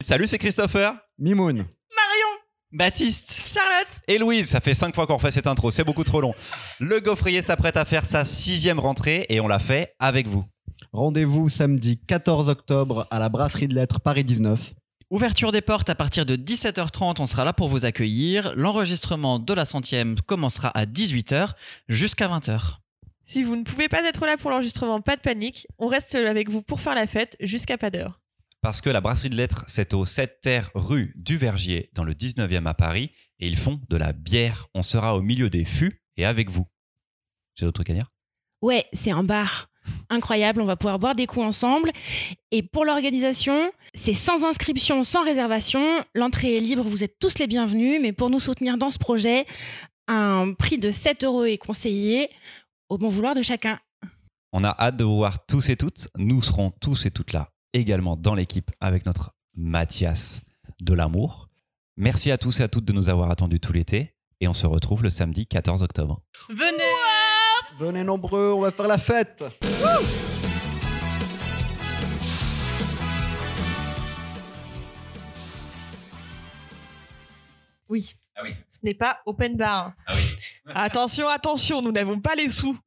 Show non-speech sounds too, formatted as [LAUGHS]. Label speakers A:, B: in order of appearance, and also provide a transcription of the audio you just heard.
A: Salut, c'est Christopher,
B: Mimoun.
C: Marion,
A: Baptiste
C: Charlotte,
A: et Louise. Ça fait cinq fois qu'on refait cette intro, c'est beaucoup trop long. Le gaufrier s'apprête à faire sa sixième rentrée et on la fait avec vous.
B: Rendez-vous samedi 14 octobre à la brasserie de lettres Paris 19.
D: Ouverture des portes à partir de 17h30, on sera là pour vous accueillir. L'enregistrement de la centième commencera à 18h jusqu'à 20h.
C: si vous ne pouvez pas être là pour l'enregistrement, pas de panique, on reste avec vous pour faire la fête jusqu'à pas d'heure.
A: Parce que la brasserie de lettres, c'est au 7 terre rue du Vergier, dans le 19e à Paris, et ils font de la bière. On sera au milieu des fûts et avec vous. J'ai d'autres trucs à dire
E: Ouais, c'est un bar incroyable, on va pouvoir boire des coups ensemble. Et pour l'organisation, c'est sans inscription, sans réservation, l'entrée est libre, vous êtes tous les bienvenus, mais pour nous soutenir dans ce projet, un prix de 7 euros est conseillé au bon vouloir de chacun.
A: On a hâte de vous voir tous et toutes. Nous serons tous et toutes là, également dans l'équipe, avec notre Mathias de l'amour. Merci à tous et à toutes de nous avoir attendus tout l'été, et on se retrouve le samedi 14 octobre.
C: Venez
B: Venez nombreux, on va faire la fête.
C: Oui.
A: Ah oui.
C: Ce n'est pas open bar.
A: Ah oui.
C: [LAUGHS] attention, attention, nous n'avons pas les sous.